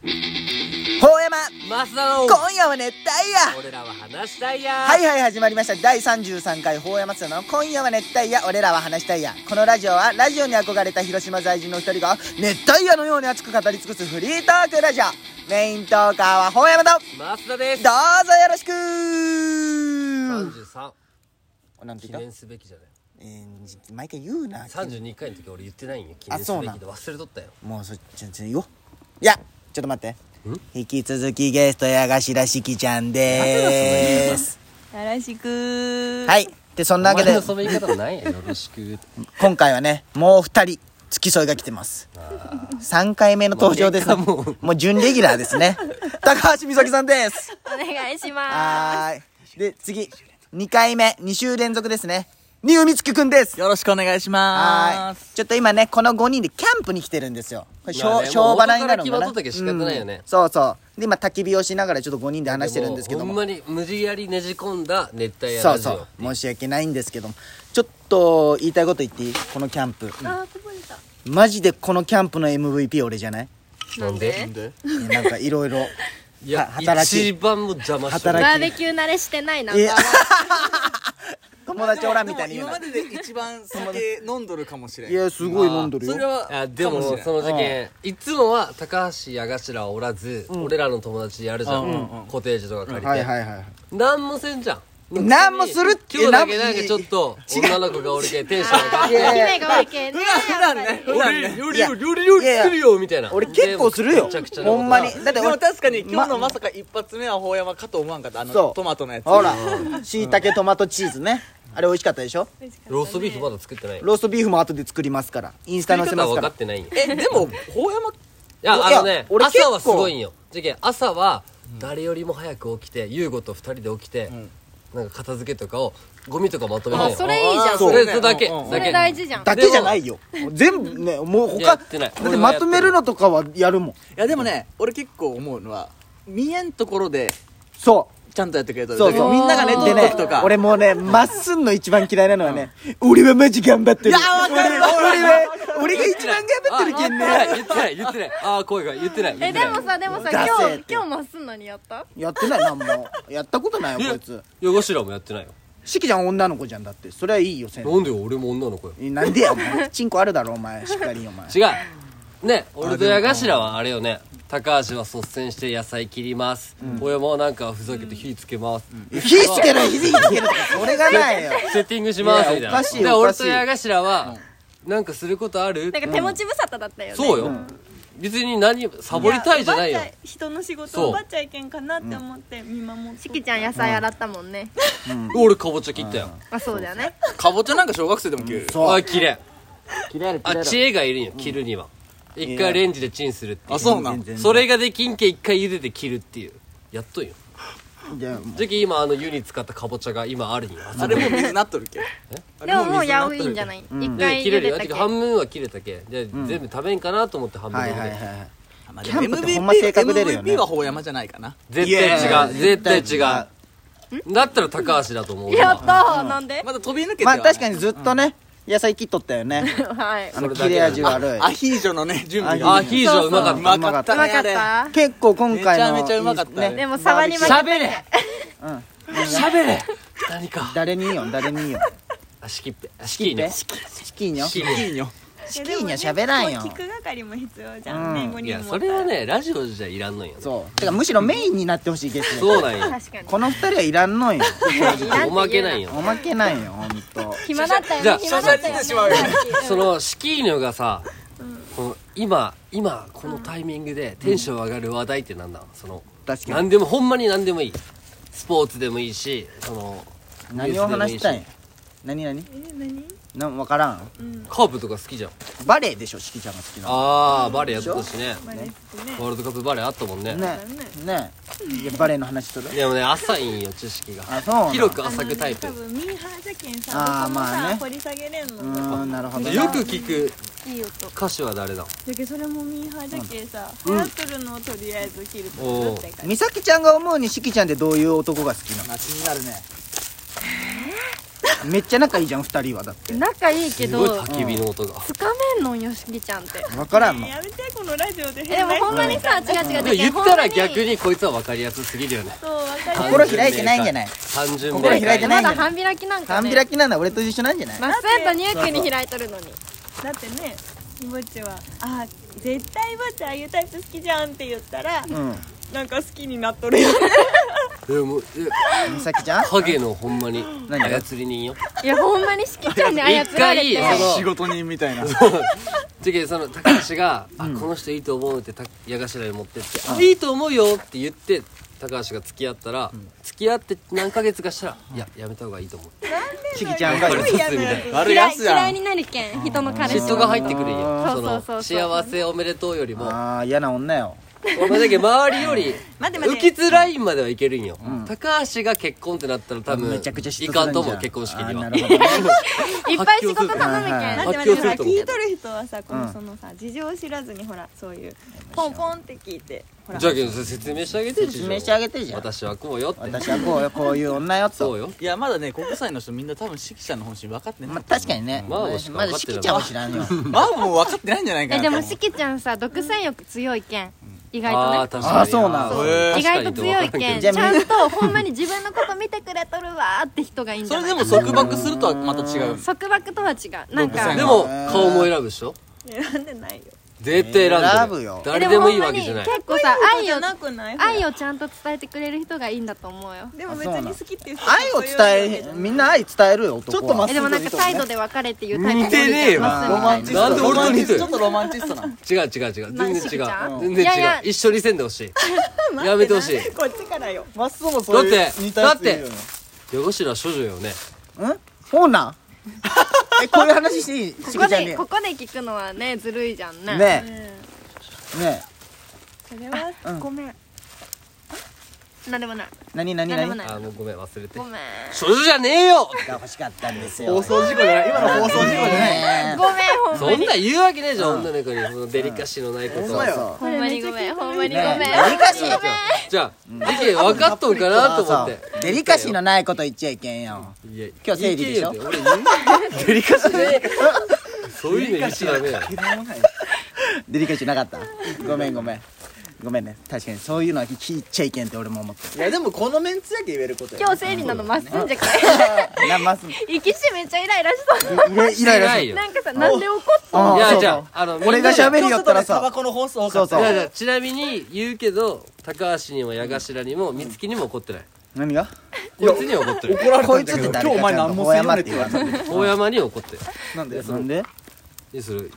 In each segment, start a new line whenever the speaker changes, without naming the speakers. ほうやま
マスダの
今夜は熱帯夜
俺らは話したいや
はいはい始まりました第33回法山津の今夜は熱帯夜俺らは話したいやこのラジオはラジオに憧れた広島在住の一人が熱帯夜のように熱く語り尽くすフリートークラジオメイントーカーは法山とど
マスダで
う
す
ぞよろしく
33
なんて
記
言った
念すべきじゃない
えー毎回言うな
32回の時俺言ってないんよ記
あ
念す
そう
べ
な
き
ん
で忘れとったよ
もうそっち全然よいやちょっと待って引き続きゲスト矢頭しきちゃんでーす
よろしく。
はいいでそん
お
なわけ
前
で
のその言い方もないやよろしく
今回はねもう二人付き添いが来てます3回目の登場ですね
もう
も
結果も
う準レギュラーですね高橋美咲さんです
お願いしま
はーいで次2回目2週連続ですねにゅうみつきくんです
よろしくお願いし
は
ま
ー
す。
いちょっと今ねこの5人でキャンプに来てるんですよこれし
ま
ょ
あ
う
ね
しょうばなになる
も
のか
う元から決まっ
な
とったけど仕方ないよね
そうそうで今焚き火をしながらちょっと5人で話してるんですけど
も
も
うほんまに無理やりねじ込んだ熱帯夜
そう
ラジオ
そう申し訳ないんですけどもちょっと言いたいこと言っていいこのキャンプ
す。あー、こぼれた。
マジでこのキャンプの MVP 俺じゃない
なんで
なん
いやなんかいろいろ
いや
は働き
一番も邪魔しとる
働
バーベキュー慣れしてないな。
いや
バ ー
友達おらんみたいに言うな
今までで一番酒飲んどるかもしれん。
いやすごい飲んどる
それ
よ
は、
あでも
かしれん
その事件いつもは高橋矢頭はおらず、俺らの友達やるじゃん、
うんうんうん
コテージとか借りて、
はいはいはい
なんもせんじゃん
なんもするって
今日だけ
なん
な
も
んかちょっと女の子がおるけんテンション上が っ
いやいや
姫が多いけんね。
普段ね、普段
て
ね。
料理を料理をするよみたいな
俺結構するよ
めちゃくちゃなこ
ほ
と
んまにだって
で
俺
も確かに今日のまさか一発目は法山かと思わんかった。あ
そう
の、トマトのやつ。
ほらしいたけトマトチーズねあれ美味しかったでしょ
ローストビーフまだ作ってない
ローストビーフも後で作りますからインスタ
作
載せ
り
ま
方
す
分
か
からってないんよい
え、でも、法山、
やあのね
俺結構
朝はすごいんよ事件朝は誰よりも早く起きて優吾と二人で起きて、なんか片付けとかをゴミとかまとめない
あ、それいいじゃん。
そ
そう
れだけ
うんうんうん
それ大事じゃん。
だけじゃないよ全部ねもう他
や
だ
っ
って
ない
てまとめるのとかはやるもん
いやでもね、俺結構思うのは、見えんところで、
そ
ちゃんとやってくれと
う
る。
そう
だけ
そ
ど
う
みんなが寝て
で
る時とか。
俺もうねまっすんの一番嫌いなのはね俺はマジ頑張ってるいやわかる俺は俺が一番頑張ってるけんね
言ってない言ってないああ声が言ってない言
え、
っ
で
てない
もさ、でもさ、
出せ
今
っ
日、
て
今日もすんのにやった
やってないなんもやったことないよこいつ
横白もやってないよ
しきちゃん女の子じゃんだってそれはいいよせん
なんでよ俺も女の子よ
えなんでやお前チンコあるだろお前しっかりお 前
違うね俺と矢頭はあれよね高橋は率先して野菜切ります、俺もなんかふざけて火つけます、
火つける火つけるとかそれがないよ
セッティングしますみたい
いや
な
おかしい
で
おか
俺
しい
と矢頭は、なんかすることある
なんか手持ち無沙汰だったよね。
そうよ、別に何サボりたいじゃないよ
や奪っちゃ人の仕事
そう
を奪っちゃいけんかなって思って見守って
しきちゃん野菜洗ったもんね。
俺かぼちゃ切ったよ、
あ、そうだよね。
かぼちゃなんか小学生でも切る。
そう
あ綺麗
切れる
あ知恵がいるんよ切るには、一回レンジでチンするってい
あ、そうな
全
ん。
然
それができんけ一回茹でて切るっていうやっとんよ
じゃあもう
じゃけ今あの湯に使ったかぼちゃが今あるんよあそこ
あれもう水なっとるけ。あ
で
れ
ももう
水な
や
っ
う
とる
いんじゃない一
で
回
切
茹
れる
で
よ
た
て
け
か半分は切れたけで全部食べんかなと思って半分
はい
茹でて
はいはいはい
まあ
キ
で
ャン
も
プってほんま性格出るよね
MVP は法山じゃないかな。
絶
いや
対違う絶対
絶
違うだったら高橋だと思う俺
や
は
ったなんで
まだ飛び抜けて
ま
は
あ確かにずっとね野菜切っとったよね
はい。
あ
そ
の
れだ
切
け
れ味悪い
アヒージョのね、準備が。
アヒージョうまか
う
っ
まかった
うま
ね
かっ
あれ
た
結構今回の
めちゃめちゃうまかった
ね
ね
でも触り
た
ました。
喋れ喋れ何か
誰にいいよ誰にいいよ
あしきっぺあしきいね
チキンよ
し
チ
きね
いいよ。
チ
キンには喋らんよ
聞く係も必要じゃん弁護
い
人
や
も
それはねラジオじゃいらんのよね
そうてかむしろメインになってほしいゲストに
そうなんよ
確かに。
この二人はいらんのよ
おまけなんよ
おまけないよほんと
暇だった
じゃあ
よね。暇だった
出
よ
て
ね。
しまうよ。
そのシキーニョがさ、この今今このタイミングでテンション上がる話題ってなんだその
確かに
何でもほんまに何でもいいスポーツでもいいしその
何を話したいん
ニュースでも
何何
え何
なん分からん
いしカープとか好きじゃん
バレエでしょしきちゃんが好きな
ああバレーやってたしね
まあですね
ワールドカップバレーあったもんね
ねねいやバレエの話する
でもね浅いんよ知識が
あそうなん
広く
あの
浅くタイプ
多分ミーハーじゃけんさ
あー
どこもさ、
まあね
掘り下げれんの
うーんなるほど
よ
な
く聞く
いい音
歌手は誰だ
だけどそれもミーハーじゃけんさ、流行っとるのをとりあえず切ると
おー
ずっとやから
美咲ちゃんが思うにしきちゃんってどういう男が好きなの
まあ気になるね。
めっちゃ仲いいじゃん二人はだって
仲いいけ
すごい
ど
焚き火の音が
つかめんのんよしきちゃんって
分からんの
やめてこのラジオで
えでもほんまにさ違う違
で
う
も
違
言
う
ったら
ほんまに
逆にこいつは分かりやすすぎるよね
そうわか
心
る
開いてないんじゃない
単純明
心開いてないん
ま
じゃ
だ
ない
半開きなんか
半
ね
開きなんだ俺と一緒なんじゃない
まっすんとニュークに開いとるのに
だってねぼっちは「あ絶対ぼっちああいうタイプ好きじゃん」って言ったら、
う
なんか好きになっとるよね
えもうえ
ん美咲ちゃん
影のほんまに
何が
操り人よ
いやほんまにしきちゃんに操られて
一回
仕事人みたいな
次その高橋が「あこの人いいと思う」ってた矢頭に持ってって「あいいと思うよ」って言って高橋が付き合ったら付き合って何ヶ月かしたら「いややめた方がいいと思う」
しきちゃんが
これ
すごい嫌
卒みた
ない
な
悪い
嫌
や
い
つ
嫌
や
い
ん
になるけん人の彼
嫉
氏
妬が入ってくるん
あ
よ
ー
そ
そう
の
そうそうそう
幸せおめでとうよりも
ああ嫌な女よ
俺だけ周りより
待って待
浮
って
きつラインまではいけるんよ、高橋が結婚ってなったら多分
めちゃくちゃ嫉
い
妬するんじゃ
か
ん
んと思う結婚式に
あ
は
ーなるほど ね
いっぱい仕事頼むけん
はいはい
はい
待って
発
待
狂
っ
する
てさ
と思う
聞いとる人はさこ
うん
のそのさ事情を知らずにほらそういうポンポンって聞いてほら
じゃあけど説明してあげて
説明してあげてじゃん
私はこうよって
私はこうよこういう女よと
そうよ
いやまだね国際の人みんな多分しきちゃんの本心分かってない
まあ確かにね
まあ
ま
も
だ
うしか分か
し
ってない
きちゃんは知らんよ
まあもう分かってないんじゃないか
え
な
でもしきちゃんさ独占欲強いけん意外と
あ
ね
あ確かに
あーそうなん
そう
へー
意外と強いけんち
確か
ゃ
に
んとほんまに自分のこと見てくれとるわーって人がいいんじ
そ
ゃ
れ
な
で
い
も束縛するとはまた違う
束縛とは違うなん
独占
か
でも顔も選ぶでしょ
選んでないよ
絶対選んでる
選ぶよ
誰でもいい
ほんま
わ
に
けじゃない
結構さ愛
じゃ
を
なくない
愛をちゃんと伝えてくれる人がいいんだと思うよ
でも別
あそうな
に
ん
好きっていう人
愛を伝えみんな愛伝えるよ男
ち
は
ょっと待
え でもなんか態度で別れっていうタイプ
似てねえわ
ロマン
て
なんで俺と似てる
ちょっとロマンチストな
違う違う違う全然違う
しきちゃん
全然違う
いやいや
一緒にせんでほしいやめてほしい
こっちからよ
マスオもそういう
だって
似たやついるよね
だ矢頭処女よね
うんそうなんえこういう話していいし
ここ
きちゃんに
でここで聞くのはねずるいじゃんね
ね
うん
えね
それは
うん
ごめん
なんでもない
え何何
なんでも
何
ない
あーもうごめん忘れて
ごめん
処女じゃねえよ
が欲しかったんですよ
放送事故じゃない今の放送事故じゃな
ね
い
ごめんほん
そんなん言うわけねえじゃん、女の子にそのデリカシーのないことを、
そうそ
ほんまにごめんほんまに
う
ごめん
ねえデリカシー
じゃあ、意見分かっとんかなと思って
そうそうデリカシーのないこと言っちゃいけんよ
いや
今日生理でしょ
いけよって俺言うデリカシーねそういうの言っちゃダメだよ
デリカシーなかったごめんごめんごめんね確かにそういうのは聞いちゃいけんって俺も思って
いやでもこのメンツやけ言えることや
今日生理なのまっすんじゃけ
るなます
生きしめっちゃイライラしそう
イライラ
してない
し
よ
なんかさなんで怒った
あ
い
ーそうそ
や
う
じゃああの
俺が喋
る
りよったらさ
タバコの本数多
そ
か
う
った
そ
いやいうやちなみに言うけど高橋にも矢頭にも美月にも怒ってない
何が
こいつには怒ってる
怒られ
こ
た
い
ん
つ
だ
っ
け
て
ど
誰か
今日お前何もせんよねっ
ち
て言
ゃ
わ
んと
れた
大山って
大山には怒ってる
言われたなんで
にする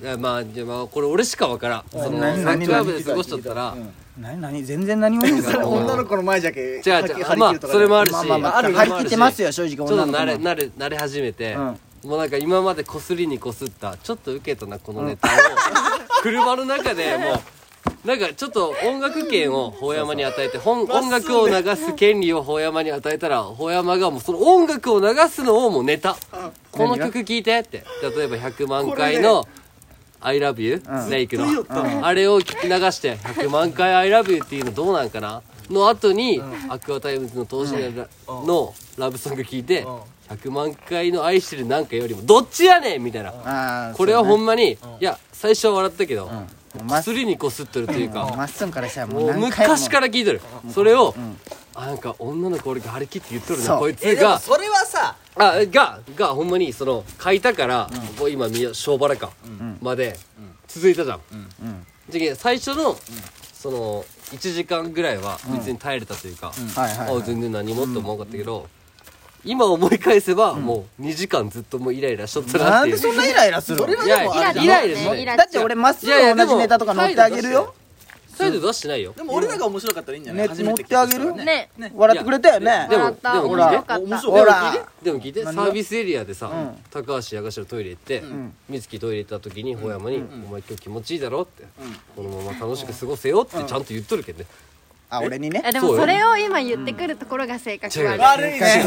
いやまあじゃあまあこれ俺しか分からんそのサ
何何
ッカー部で過ごしとったら
何何全然何もないか
それ
ら
女
女の子の前じゃけ
じゃあじゃあまあそれもあるし
まあまあまあ
それも
張
ある
り
し
切ってますよ正
ちょ
直
っと
女の子
慣れ
も
慣れ慣れ始めて、
うん
もうなんか今までこすりにこすったちょっと受けたなこのネ タを、車の中でもうなんかちょっと音楽権を法山に与えて本音楽を流す権利を法山に与えたら法山がもうその音楽を流すのをもうネタこの曲聴いてって例えば100万回の「ILOVEYOU」レイクのあれを聞き流して「100万回 ILOVEYOU」っていうのどうなんかなの後にアクアタイムズの投資のラブソング聞いて100万回の「愛してる」なんかよりもどっちやねんみたいな
あー
これはほんまにいや最初は笑ったけ
そ
ど
うねま
こ
っす
すりにこすっとるという
ぐ
か
まっすぐからしたらも
も
う
う
何回も
昔から聞いとるそれをあなんか女の子俺が張り切って言っとる
そ
な
う
こいつ
えでも
が
それはさ
あががほんまにその書いたから、もう今み小原か、まで続いたじゃん、じゃけ最初の、その1時間ぐらいは別に耐えれたというか、
はいはいはい
あ全然何もって思わなかったけど、今思い返せば、もう2時間ずっともうイライラしとったなっ
な
て
ん
いう
でそんなイライラするの
いや
イラだ
イライラし
ね
な
イ
い
ラ
だって俺まっすぐ
いやいやで
同
も
じネタとか載ってあげるよ
態度出してないよ
でも俺らが面白かったらいいんじゃない
ね
初めて聞い
乗ってあ
た
げ
人
る
は
よ
ね
ね
ね笑ってくれたよね
でも
笑った
でも
面白か
ほら
った
ほら
でも聞いてサ
何が
ービスエリアでさ、高橋矢頭トイレ行って美月、トイレ行った時に穂山に「お前今日気持ちいいだろ?」って、このまま楽しく過ごせよ」ってちゃんと言っとるけどね、
あ俺にね
あで
そ
も
うよ
それを今言ってくるところが性格悪い、
悪い ね
違う違う違う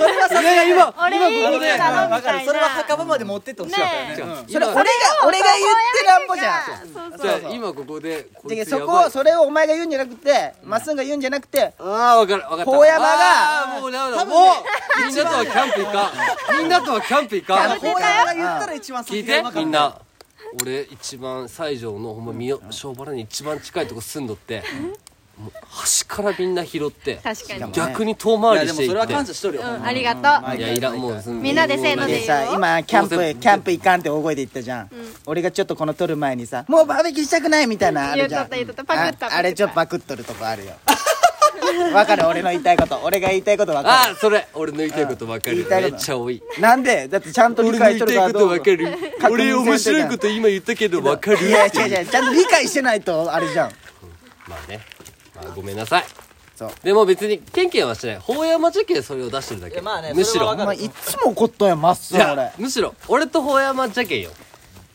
いやいや今
俺いい
今ここ
人
で
だ
わ
み
か
た
る
い
それは
な
墓場まで持ってってほしかったよね
違う
うん
それ俺
今
が俺が言ってなんぼじゃん
そうそう
じゃあ今ここでこい
じゃあ
つ
そ
や
こ
ば
を
い
それをお前が言うんじゃなくてまっすんが言うんじゃなくて
ああ分かる分かった
大山が
あーもうなるほどもうみんなとはキャンプ行かみんなとはキャンプ行か
こうやら言ったら一番
聞
先
い
が
て
うまかった
みんな 俺一番西条のほんま三小原に一番近いとこ住んどってもう端からみんな拾って
確かに、
もね
逆に遠回
や
り
で
し
も
て
それ
いっ
は
て
感謝しとるよ、
うん、ありがとう、
いやいらんもう
みんなでせーの
で
で
さ
いいよ
今キャン
どうせ
プキャンプ行かんって大声で言ったじゃん、俺がちょっとこの撮る前にさもうバーベキューしたくないみたいなあれじゃん
言うとった言うとったパクった
あ
パクった
あれちょっとパクっとるとこあるよ わかる俺の言いたいこと俺が言いたいことわか
ああそれ俺の言いたいこと分かる
言いたい
め
こ
っ
と
ちゃ多い
るなんでだってちゃんと理
俺の
解し
言
と
い
る
た
か
いこ
ど
と
う
分かる
確認
俺面
せんとじ
白
ゃん
いこと今言ったけど分かるって
い
い
や違う違うちゃんと理解してないとあれじゃん
まあね、まあ、ごめんなさい
そう
でも別にケンケンはしてない法山ジャケでそれを出してるだ
い
け
やまあね
むし
それは
ろ
分
お
かる
前いつも怒っとんやんまっす
い
ぐ俺
やむしろ俺と法山ジャケよ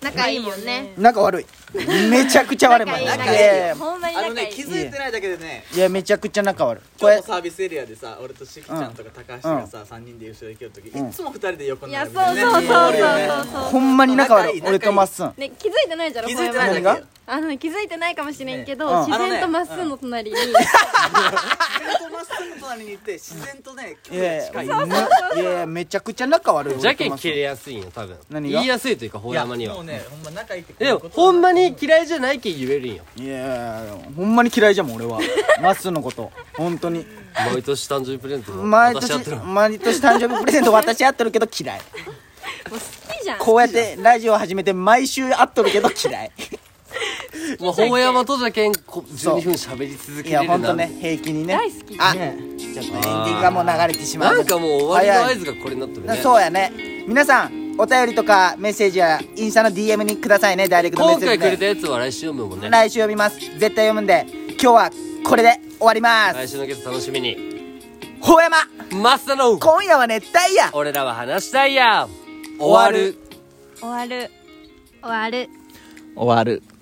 仲いいもんね
仲悪いめちゃくちゃ悪いもん
仲いい
いやいや
ほんまに
あの
仲い
ね
い
気づいてないだけでね
いやめちゃくちゃ仲悪いこ
今日
れ
のサービスエリアでさ俺としきちゃんとか高橋がさ、三3人で優勝できる時、いつも2人で横
い
に
や
並
そう
ぶよね
そうそうそうそう
ほんまに仲悪い
仲いい仲いい
俺とまっすん
ね気づいてないじゃろ
気づいてない
小山
だ
が
け
あのね気づいてないかもしれんけど、
ねうん
自
あの
然
ね
とまっすぐの隣に、
自然とまっすぐ隣に行って自然とね距
い
離が
や
近い
いやいやいやめちゃくちゃ仲悪い
ジャ
俺
ケ
と
ン
マス
切れやすいんよ多分
何が
言いやすいというか
い
法
や
山に
も
は
うねほんま仲いいって
でもほんまに嫌いじゃないけん言えるんよ
いやいやほんまに嫌いじゃもん俺はマッスンのこと本当に
毎年誕生日プレゼント
毎
渡し合っ
年
てる
毎年誕生日プレゼント渡し合ってるけど嫌い
もう好きじゃん
こうやってラジオ始めて毎週会っとるけど嫌い
もう法山とじゃけんこ
そう
12分喋り続
い
けれ
や
るな
本当ね平気にね
大好き
あちょっとエンディングがもう流れてしまう
なんかもう終わりの
早
合
い
図がこれになってる
な
ね
そうやね皆さんお便りとかメッセージはインスタの DM にくださいねダイレクトメッ
今
セージ
回
で
くれたやつは来週読むもんね
来週読みます絶対読むんで今日はこれで終わります、
来週のゲスト楽しみに
ほうやま
マスターの
今夜は熱帯夜
俺らは話したいや終わる
終わる
終わる
終わる